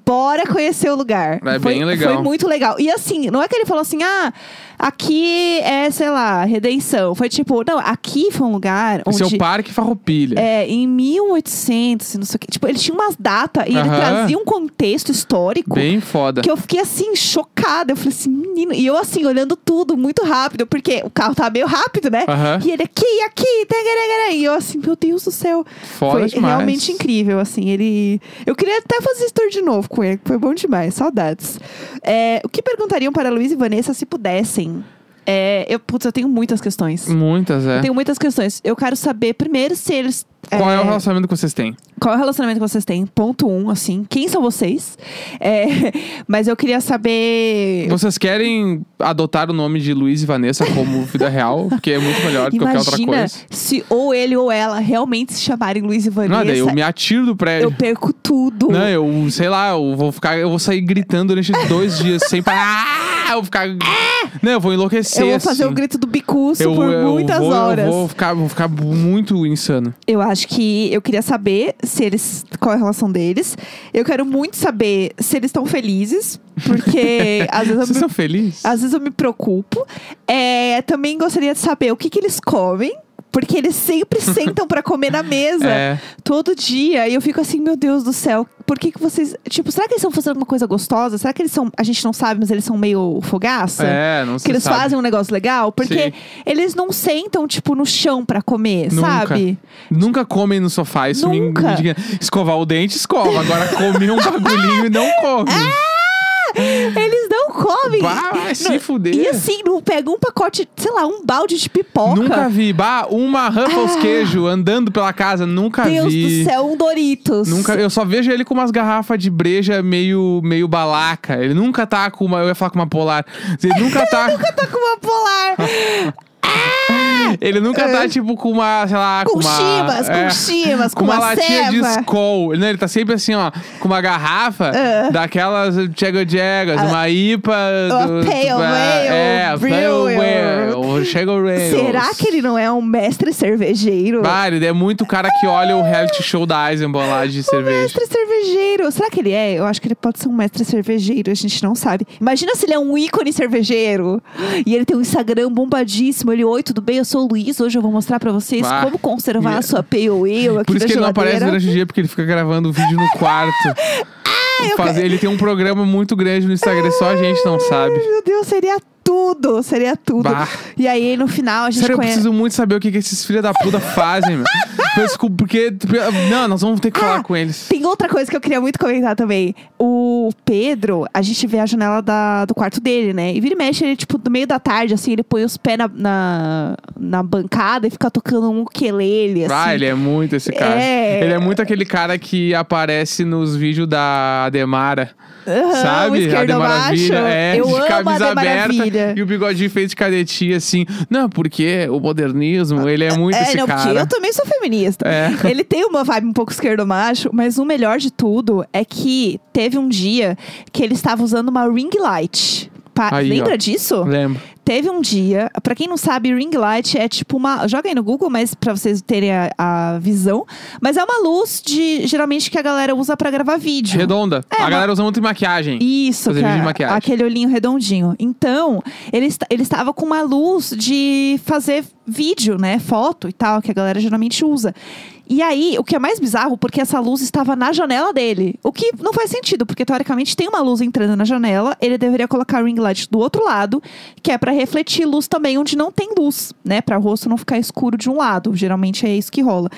bora conhecer o lugar.
É
foi,
bem legal.
Foi muito legal. E assim, não é que ele falou assim, ah, aqui é, sei lá, redenção. Foi tipo, não, aqui foi um lugar onde.
Esse é o Parque Farroupilha.
É, em 1800, e não sei o que. Tipo, ele tinha umas datas e ele
Aham.
trazia um contexto histórico.
Bem foda.
É, Que eu fiquei assim, chocada. Eu falei assim, menino. E eu assim, olhando tudo muito rápido, porque o carro tava meio rápido, né?
Aham.
E ele aqui, aqui, tagaragara. e eu assim, meu Deus do céu.
Foda
foi
demais.
realmente incrível, assim. Ele. Eu queria até fazer esse tour de novo com ele, que foi bom demais, saudades. É, o que perguntariam para Luiz e Vanessa se pudessem? É, eu, putz, eu tenho muitas questões.
Muitas, é.
Eu tenho muitas questões. Eu quero saber primeiro se eles.
Qual é... o relacionamento que vocês têm?
Qual é o relacionamento que vocês têm? Ponto um, assim. Quem são vocês? É, mas eu queria saber.
Vocês querem adotar o nome de Luiz e Vanessa como vida real? Porque é muito melhor do que qualquer outra
Imagina
coisa.
se ou ele ou ela realmente se chamarem Luiz e Vanessa.
Nada, eu me atiro do prédio.
eu perco tudo.
Não, eu sei lá, eu vou ficar, eu vou sair gritando durante dois dias sem parar. Ah, Eu vou ficar. Não, eu vou enlouquecer.
É. Eu vou fazer
assim.
o grito do bicuço
eu,
por
eu
muitas
vou,
horas.
Eu vou ficar, vou ficar muito insano.
Eu acho que eu queria saber se eles. qual é a relação deles. Eu quero muito saber se eles estão felizes. Porque às vezes eu
Vocês
me
são felizes?
Às vezes eu me preocupo. É, também gostaria de saber o que, que eles comem. Porque eles sempre sentam pra comer na mesa.
É.
Todo dia. E eu fico assim, meu Deus do céu. Por que, que vocês... Tipo, será que eles estão fazendo alguma coisa gostosa? Será que eles são... A gente não sabe, mas eles são meio fogaça?
É, não
Que
sei.
eles fazem um negócio legal? Porque
Sim.
eles não sentam, tipo, no chão pra comer,
Nunca.
sabe?
Nunca comem no sofá, isso me
Nunca.
indigna. Escovar o dente, escova. Agora comer um bagulhinho e não come.
Eles não comem.
Bah, vai se
É, Não-
fuder.
E assim, não pega um pacote, sei lá, um balde de pipoca.
Nunca vi. Bah, uma Ruffles queijo andando pela casa, nunca
Ah. Deus
vi.
do céu, um Doritos.
Nunca, eu só vejo ele com umas garrafas de breja meio, meio balaca. Ele nunca tá com uma. Eu ia falar com uma polar. Ele nunca tá.
tá com uma polar.
ele nunca tá, tipo, com uma, sei lá, com,
É. Com
uma.
chivas,
é,
com chivas, com
uma,
uma
latinha de
ceva.
Skol. Não, ele tá sempre assim, ó, com uma garrafa daquelas Chego Jegas, uma IPA.
Ah. a
do-
Pale
tipo,
Ale,
É, a Pale
Brewer.
Ale, Chego Ale.
Será que ele não é um mestre cervejeiro?
Bah, ele é muito o cara que olha o reality show da Eisenbahn lá de cerveja.
Mestre cervejeiro. Será que ele é? Eu acho que ele pode ser um mestre cervejeiro, a gente não sabe. Imagina se ele é um ícone cervejeiro. E ele tem um Instagram bombadíssimo. Ele, oi, tudo bem? Eu sou o Luiz. Hoje eu vou mostrar pra vocês
Bah.
como conservar a sua Pale Ale aqui
Por
na
isso que ele não aparece
geladeira.
durante o dia, porque ele fica gravando o vídeo no quarto.
Ah, Ah,
Fazer- Ele tem um programa muito grande no Instagram, só a gente não sabe.
Ai, Meu Deus, seria tudo, seria tudo.
Bah.
E aí, no final, a gente
Sério, eu
conhece.
preciso muito saber o que, que esses filha da puta fazem, meu. Desculpa, Porque. Não, nós vamos ter que
Ah,
falar com eles.
Tem outra coisa que eu queria muito comentar também. O Pedro, a gente vê a janela da- do quarto dele, né? E vira e mexe, ele, tipo, no meio da tarde, assim, ele põe os pés na, na, na bancada e fica tocando um ukelele, assim.
Ah, ele é muito esse cara.
É.
Ele é muito aquele cara que aparece nos vídeos da Ademara.
Aham, o
sabe?
esquerdo
Maravilha.
abaixo.
É,
eu
de
amo
camisa
a Ademar
aberta.
Maravilha.
E o bigodinho feito de cadetinha, assim. Não, porque o modernismo, ele é muito
É,
esse
não, porque
cara.
eu também sou feminista.
É.
Ele tem uma vibe um pouco esquerdo macho, mas o melhor de tudo é que teve um dia que ele estava usando uma ring light. Pa-
Aí,
Lembra
ó.
disso?
Lembro.
Teve um dia, pra quem não sabe, ring light é tipo uma. Joga aí no Google, mas pra vocês terem a, a visão. Mas é uma luz de geralmente que a galera usa pra gravar vídeo.
Redonda.
É,
a
mas-
galera usa muito maquiagem.
Isso,
Fazer
cara,
vídeo de maquiagem.
aquele olhinho redondinho. Então, ele, est- ele estava com uma luz de fazer vídeo, né? Foto e tal, que a galera geralmente usa. E aí, o que é mais bizarro, porque essa luz estava na janela dele. O que não faz sentido, porque teoricamente tem uma luz entrando na janela, ele deveria colocar o ring light do outro lado, que é para refletir luz também onde não tem luz, né? Para o rosto não ficar escuro de um lado. Geralmente é isso que rola.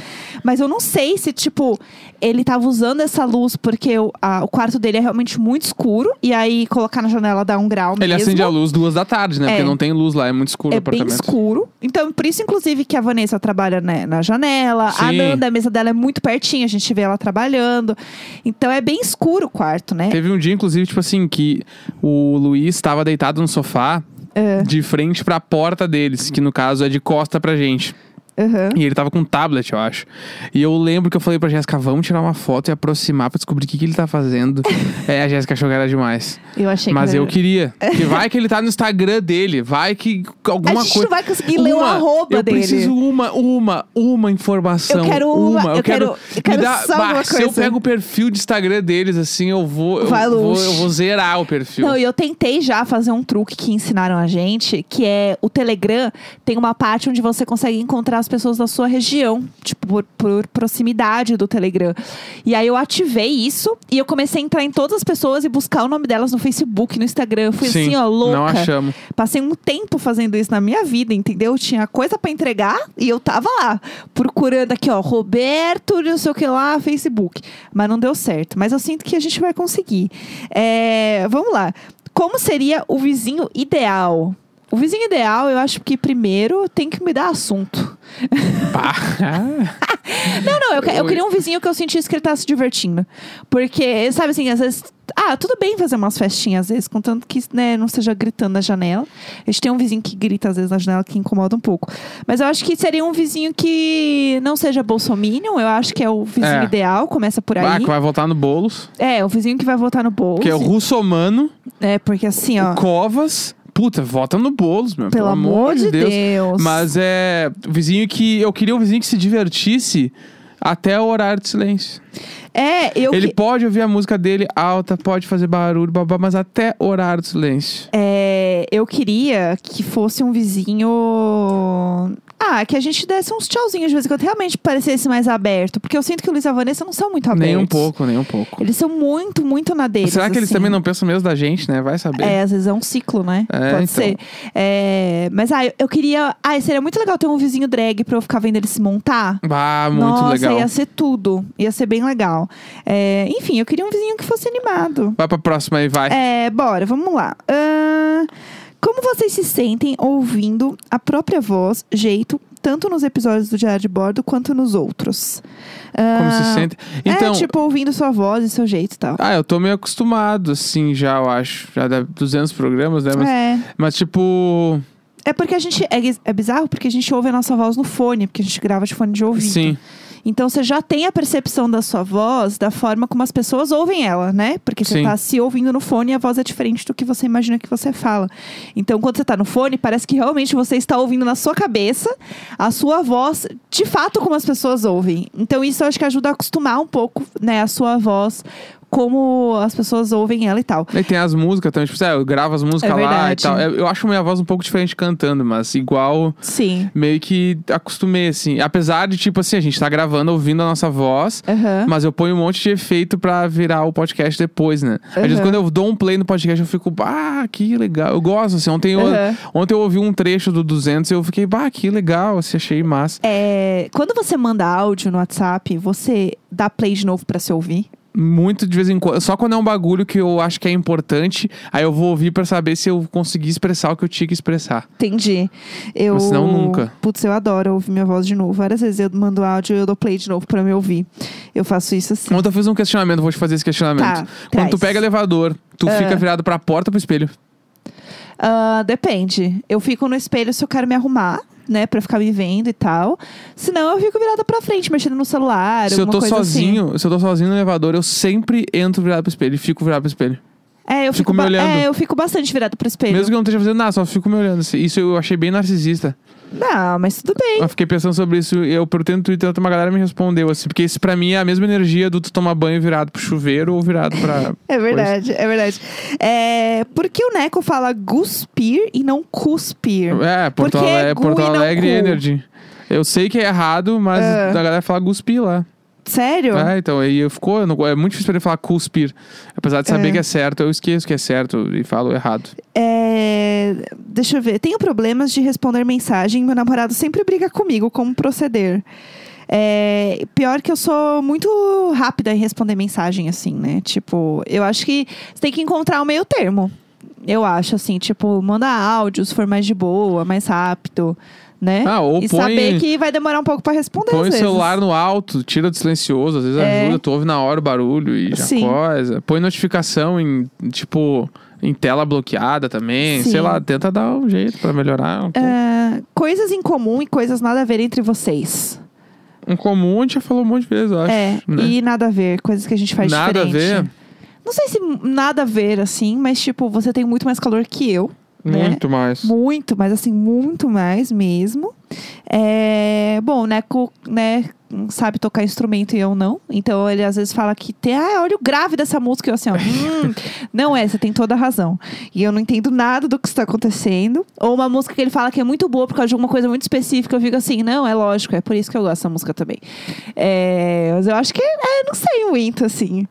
Mas eu não sei se, tipo, ele tava usando essa luz porque o, a- o quarto dele é realmente muito escuro. E aí colocar na janela dá um grau
Ele
mesmo.
acende a luz duas da tarde, né?
É.
Porque não tem luz lá, é muito escuro
É
o
bem
apartamento.
escuro. Então, por isso, inclusive, que a Vanessa trabalha né, na janela. A
Sim.
Nanda, a mesa dela é muito pertinho, a gente vê ela trabalhando. Então, é bem escuro o quarto, né?
Teve um dia, inclusive, tipo assim, que o Luiz estava deitado no sofá
É.
de frente pra porta deles, que no caso é de costa pra gente.
Aham.
E ele tava com um tablet, eu acho. E eu lembro que eu falei pra Jéssica, vamos tirar uma foto e aproximar pra descobrir o que, que ele tá fazendo. é, a Jéssica achou que era demais.
Eu achei
Mas
que...
eu queria. Porque vai que ele tá no Instagram dele, vai que alguma
A gente
coisa.
não vai conseguir ler o
Uma,
arroba
eu
dele.
preciso uma, uma, uma informação.
Eu quero uma,
uma.
eu quero- eu quero
me dá,
só
bah,
alguma
Se eu
coisa.
pego o perfil de Instagram deles, assim, eu vou. Eu,
Vai
vou,
longe.
eu vou zerar o perfil.
Não, e eu tentei já fazer um truque que ensinaram a gente, que é o Telegram tem uma parte onde você consegue encontrar as pessoas da sua região, tipo, por, por proximidade do Telegram. E aí eu ativei isso e eu comecei a entrar em todas as pessoas e buscar o nome delas no Facebook, no Instagram. Eu fui
Sim,
assim, ó, louca.
Não achamos.
Passei um tempo fazendo isso na minha vida, entendeu? Eu tinha coisa pra entregar e eu tava lá, procurando aqui, ó, Roberto, não sei o que lá, Facebook. Mas não deu certo. Mas eu sinto que a gente vai conseguir. É, vamos lá. Como seria o vizinho ideal? O vizinho ideal, eu acho que primeiro tem que me dar assunto.
Pá.
Não, não, eu, que- eu
Oi.
queria um vizinho que eu sentisse que ele tava se divertindo. Porque, sabe assim, às vezes. Ah, tudo bem fazer umas festinhas às vezes, contanto que né, não seja gritando na janela. A gente tem um vizinho que grita às vezes na janela que incomoda um pouco. Mas eu acho que seria um vizinho que não seja bolsominion, eu acho que é o vizinho
É.
ideal, começa por
Bah,
aí.
que vai voltar no Boulos.
é, o vizinho que vai votar no bolso.
Que é o Russomano,
É, porque assim, ó,
o Covas. Puta, vota no Boulos, meu.
pelo amor de Deus.
Mas é. o Vizinho que. Eu queria um vizinho que se divertisse até o horário de silêncio.
É, eu.
Ele
que-
pode ouvir a música dele alta, pode fazer barulho, babá, mas até o horário do silêncio.
É, eu queria que fosse um vizinho. Ah, que a gente desse uns tchauzinhos de vez em quando. Realmente parecesse mais aberto. Porque eu sinto que o Luiz e a Vanessa não são muito abertos.
nem um pouco, nem um pouco.
Eles são muito, muito na deles.
Será que eles
assim.
também não pensam mesmo da gente, né? Vai saber.
É, às vezes é um ciclo, né?
É,
Pode
então.
ser. É, mas ah, eu- eu queria. Ah, seria muito legal ter um vizinho drag pra eu ficar vendo ele se montar.
Ah, muito
Nossa, assim-
legal.
ia ser tudo. Ia ser bem legal. É, enfim, eu queria um vizinho que fosse animado.
Vai pra próxima aí, vai.
É, bora, vamos lá. Ahn, como vocês se sentem ouvindo a própria voz, jeito, tanto nos episódios do Diário de Bordo quanto nos outros?
Como
Ahn,
se sente. Então.
É, tipo, ouvindo sua voz e seu jeito e tal.
Ah, eu tô meio acostumado, assim, já, eu acho. Já dá 200 programas, né? Mas,
É.
mas tipo.
É porque a gente. É, é bizarro porque a gente ouve a nossa voz no fone, porque a gente grava de fone de ouvido.
Sim.
Então você já tem a percepção da sua voz, da forma como as pessoas ouvem ela, né? Porque você
Sim.
tá se ouvindo no fone e a voz é diferente do que você imagina que você fala. Então quando você tá no fone, parece que realmente você está ouvindo na sua cabeça a sua voz, de fato como as pessoas ouvem. Então isso eu acho que ajuda a acostumar um pouco, né, a sua voz como as pessoas ouvem ela e tal.
E tem as músicas também, tipo, sério, eu gravo as músicas
É
lá e
verdade.
tal. Eu eu acho minha voz um pouco diferente cantando, mas igual
Sim.
meio que acostumei, assim. Apesar de, tipo assim, a gente tá gravando, ouvindo a nossa voz,
Aham.
mas eu ponho um monte de efeito pra virar o podcast depois, né? Às vezes
Aham.
quando eu dou um play no podcast, eu fico, ah, que legal. Eu gosto, assim. Ontem, eu,
Aham.
ontem eu ouvi um trecho do 200 e eu fiquei, bah, que legal, assim, achei massa.
É, quando você manda áudio no WhatsApp, você dá play de novo pra se ouvir?
Muito de vez em quando. Só quando é um bagulho que eu acho que é importante, aí eu vou ouvir pra saber se eu consegui expressar o que eu tinha que expressar.
Entendi. Eu,
Mas senão nunca.
Putz, eu adoro ouvir minha voz de novo. Várias vezes eu mando áudio e eu dou play de novo pra me ouvir. Eu faço isso assim.
Ontem eu fiz um questionamento, vou te fazer esse questionamento.
Tá,
quando tu
traz.
pega elevador, tu fica virado pra porta ou pro espelho?
Ah, depende. Eu fico no espelho se eu quero me arrumar, né? Pra ficar me vendo e tal. Senão eu fico virada pra frente, mexendo no celular.
se eu
alguma
tô
coisa assim.
sozinho, se eu tô sozinho no elevador, eu sempre entro virado pro espelho e fico virado pro espelho.
Assim. É, eu fico,
Fico me
ba-
olhando.
É, eu fico bastante virada pro espelho.
Mesmo que eu não esteja fazendo nada, só fico me olhando. assim. Isso eu achei bem narcisista.
Não, mas tudo bem.
Eu fiquei pensando sobre isso, eu perguntei no Twitter, uma galera me respondeu assim, porque isso pra mim é a mesma energia do tu tomar banho virado pro chuveiro ou virado pra.
É verdade, é verdade. É, por que o Neco fala guspir e não cuspir?
É, Porto,
Porque é
Ale-
gu
Porto
e não
Alegre
cu.
Energy. Eu sei que é errado, mas
É.
a galera fala guspir lá.
Sério?
É, então, aí eu ficou, eu não- é muito difícil pra ele falar cuspir. Apesar de saber
É.
que é certo, eu esqueço que é certo e falo errado.
É, deixa eu ver. Tenho problemas de responder mensagem. Meu namorado sempre briga comigo como proceder. É, pior que eu sou muito rápida em responder mensagem, assim, né? Tipo, eu acho que você tem que encontrar o meio termo. Eu acho, assim, tipo, manda áudio se for mais de boa, mais rápido, né?
Ah, ou
e
põe-
saber que vai demorar um pouco pra responder. às
Põe o
vezes.
celular no alto, tira do silencioso, às vezes
É.
ajuda, tu ouve na hora o barulho e já
Sim.
coisa. Põe notificação em, tipo, em tela bloqueada também.
Sim.
Sei lá, tenta dar um jeito pra melhorar. Um, pouco.
Ah, coisas em comum e coisas nada a ver entre vocês.
um comum a gente já falou um monte de vezes, eu acho.
é,
né?
e nada a ver, coisas que a gente faz
Nada
diferente.
a ver,
Não sei se nada a ver, assim, mas, tipo, você tem muito mais calor que eu. Né?
muito mais.
Muito, mas assim, muito mais mesmo. É... Bom, o Neco, né, sabe tocar instrumento e eu não. Então ele às vezes fala que tem, ah, olha o grave dessa música. E eu assim, ó, hum, não é, você tem toda a razão. E eu não entendo nada do que está acontecendo. Ou uma música que ele fala que é muito boa por causa de alguma coisa muito específica. Eu fico assim, não, é lógico, é por isso que eu gosto dessa música também. É... Mas eu acho que, é, não sei muito, assim.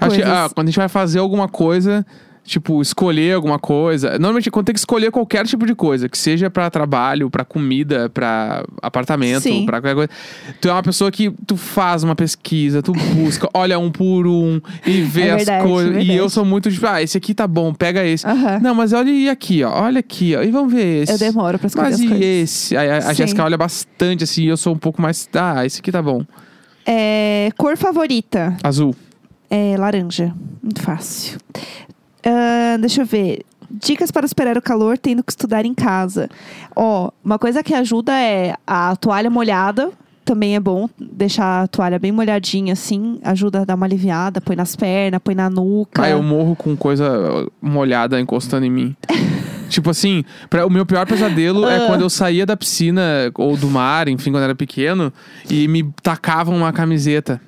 Acho que,
coisas.
ah, quando a gente vai fazer alguma coisa, tipo, escolher alguma coisa. Normalmente, quando tem que escolher qualquer tipo de coisa, que seja pra trabalho, pra comida, pra apartamento,
Sim.
pra qualquer coisa. Tu é uma pessoa que tu faz uma pesquisa, tu busca, olha um por um e vê
É
as
verdade,
coisas. E
verdade.
eu sou muito tipo, ah, esse aqui tá bom, pega esse.
Aham.
Não, mas olha e aqui, ó. Olha aqui, ó. E vamos ver esse.
Eu demoro pra escolher
Mas
as
e
coisas.
esse? Aí a, a
Sim.
Jéssica olha bastante, assim, e eu sou um pouco mais. Ah, esse aqui tá bom.
É, cor favorita?
Azul.
É laranja. Muito fácil. Ahn, deixa eu ver. Dicas para superar o calor tendo que estudar em casa. Ó, uma coisa que ajuda é a toalha molhada. Também é bom deixar a toalha bem molhadinha, assim. Ajuda a dar uma aliviada. Põe nas pernas, põe na nuca.
Ah, eu morro com coisa molhada encostando em mim. tipo assim, pra- o meu pior pesadelo
Ah.
é quando eu saía da piscina ou do mar, enfim, quando eu era pequeno, e me tacavam uma camiseta.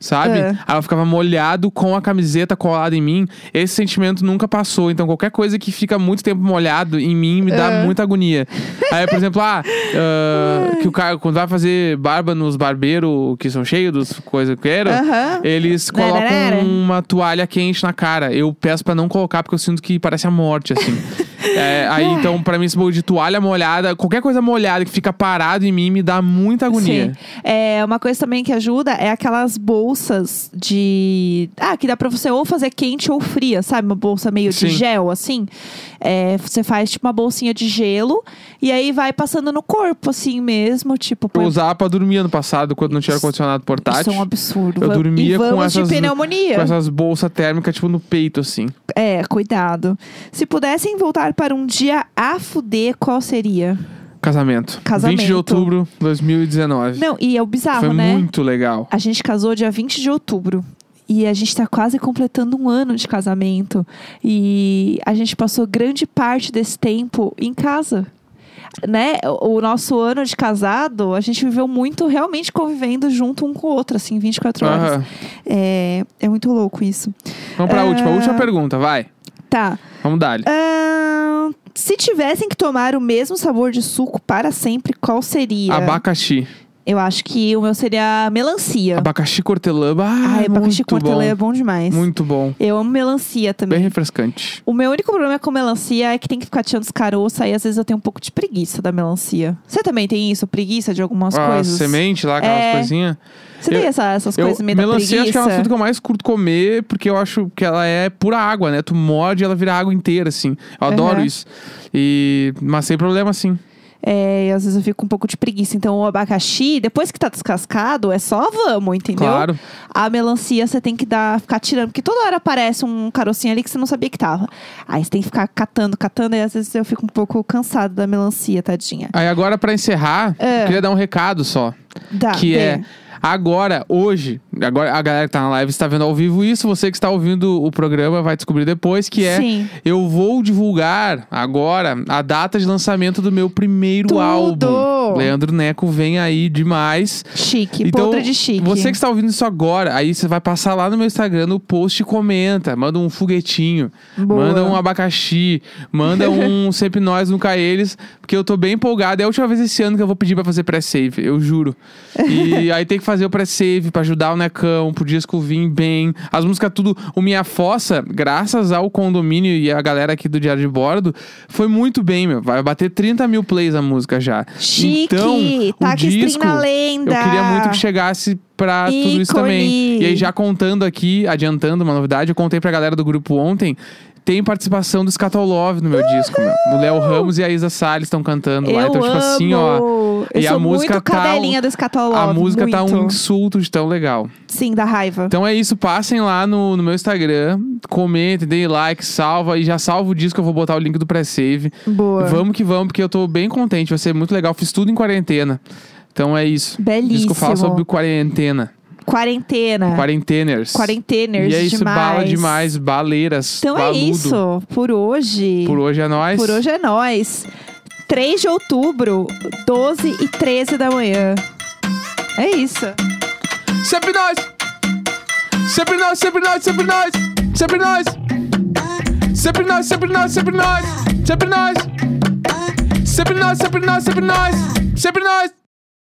Sabe?
Ah.
Aí eu ficava molhado com a camiseta colada em mim. Esse sentimento nunca passou. Então, qualquer coisa que fica muito tempo molhado em mim me
Ah.
dá muita agonia. Aí, por exemplo, ah, ah, que o cara, quando vai fazer barba nos barbeiros que são cheios dos coisas que eu quero,
Aham. Né,
eles
Nara,
colocam
nara.
uma toalha quente na cara. Eu peço pra não colocar, porque eu sinto que parece a morte, assim. É, aí, então, pra mim, esse bagulho de toalha molhada, qualquer coisa molhada que fica parado em mim, me dá muita agonia.
Sim. É, uma coisa também que ajuda é aquelas bolsas de. Ah, que dá pra você ou fazer quente ou fria, sabe? Uma bolsa meio
Sim.
de gel, assim. É, você faz tipo uma bolsinha de gelo e aí vai passando no corpo, assim mesmo. Tipo,
Eu
põe-
usava pra dormir ano passado, quando não tinha
Isso-
ar-condicionado
Isso
portátil.
é um absurdo.
Eu
Va-
dormia
e
com
vamos
essas-
de pneumonia.
Com essas bolsas térmicas, tipo, no peito, assim.
É, cuidado. Se pudessem voltar para um dia a fuder, qual seria?
Casamento.
Casamento.
20 de outubro de 2019.
Não, e é o bizarro,
Foi
né?
muito legal.
A gente casou dia 20 de outubro. E a gente tá quase completando um ano de casamento. E a gente passou grande parte desse tempo em casa. né, o o nosso ano de casado, a gente viveu muito realmente convivendo junto um com o outro, assim, 24 horas.
Aham.
É, é muito louco isso.
Vamos pra
Ah.
última. Última pergunta, vai.
Tá.
Vamos dar.
Ahn, se tivessem que tomar o mesmo sabor de suco para sempre, qual seria?
Abacaxi.
Eu acho que o meu seria melancia.
Abacaxi cortelã. Ah,
Ai, abacaxi com
muito bom.
hortelã é bom demais.
Muito bom.
Eu amo melancia também.
Bem refrescante.
O meu único problema com melancia é que tem que ficar tirando os caroços, aí às vezes eu tenho um pouco de preguiça da melancia. Você também tem isso? Preguiça de algumas
a
coisas?
semente lá, aquelas
É.
coisinhas.
Você tem
Ah, Eu-
essa- essas
Eu-
coisas meio da
melancia acho que é
preguiça?
um fruta que eu mais curto comer, porque eu acho que ela é pura água, né? Tu morde e ela vira água inteira, assim. Eu
Aham.
adoro isso. E... Mas sem problema, assim.
É, e às vezes eu fico com um pouco de preguiça. Então o abacaxi, depois que tá descascado, é só vamos, entendeu?
Claro.
A melancia você tem que dar, ficar tirando, porque toda hora aparece um carocinho ali que você não sabia que tava. Aí você tem que ficar catando, catando, e às vezes eu fico um pouco cansado da melancia, tadinha.
Aí agora, pra encerrar,
Ah.
eu queria dar um recado só.
Dá,
que
dê.
é agora, hoje, agora a galera que tá na live está vendo ao vivo isso, você que está ouvindo o programa vai descobrir depois, que é
Sim.
eu vou divulgar agora a data de lançamento do meu primeiro
Tudo!
álbum. Leandro Neco vem aí demais.
Chique,
então,
podre de chique.
você que está ouvindo isso agora, aí você vai passar lá no meu Instagram, no post e comenta. Manda um foguetinho,
Boa.
manda um abacaxi, manda um sempre nós, nunca eles, porque eu tô bem empolgado. É a última vez esse ano que eu vou pedir pra fazer pré-save, eu juro. E aí tem que fazer o pré-save pra ajudar o Necão, pro disco vir bem. As músicas tudo, o Minha Fossa, graças ao condomínio e a galera aqui do Diário de Bordo, foi muito bem, meu. Vai bater 30 mil plays a música já.
Chique!
Então,
tá
o
que
disco,
na lenda!
eu queria muito que chegasse pra tudo isso
Ícone.
também. E aí, já contando aqui, adiantando uma novidade, eu contei pra galera do grupo ontem. Tem participação do Scatolove no meu disco, meu. O Léo Ramos e a Isa Salles estão cantando lá.
Eu
Então, tipo
amo.
assim, ó.
Eu
e a
sou
música
muito
tá um-
cadelinha do Escatolove.
a música tá um
muito.
insulto de tão legal.
Sim, da raiva.
Então é isso, passem lá no, no meu Instagram, comentem, deem like, salva e já salva o disco, eu vou botar o link do pré-save.
Boa.
Então, Vamos que vamos, porque eu tô bem contente, vai ser muito legal. Fiz tudo em quarentena. Então é isso. Disco fala
Belíssimo.
sobre quarentena.
Quarentena.
Quarenteners.
É. Quarenteners
E é isso,
demais.
bala demais, baleiras.
Então
baludo.
é isso. Por hoje.
Por hoje é nóis.
Por hoje é nóis. 3 de outubro, 12 e 13 da manhã. É isso.
Sempre nós! Sempre nós, sempre nós, sempre nós! Sempre nós! Sempre nós, sempre nós, sempre nós! Sempre nós! Sempre nós, sempre nós, sempre nós! Sempre nós!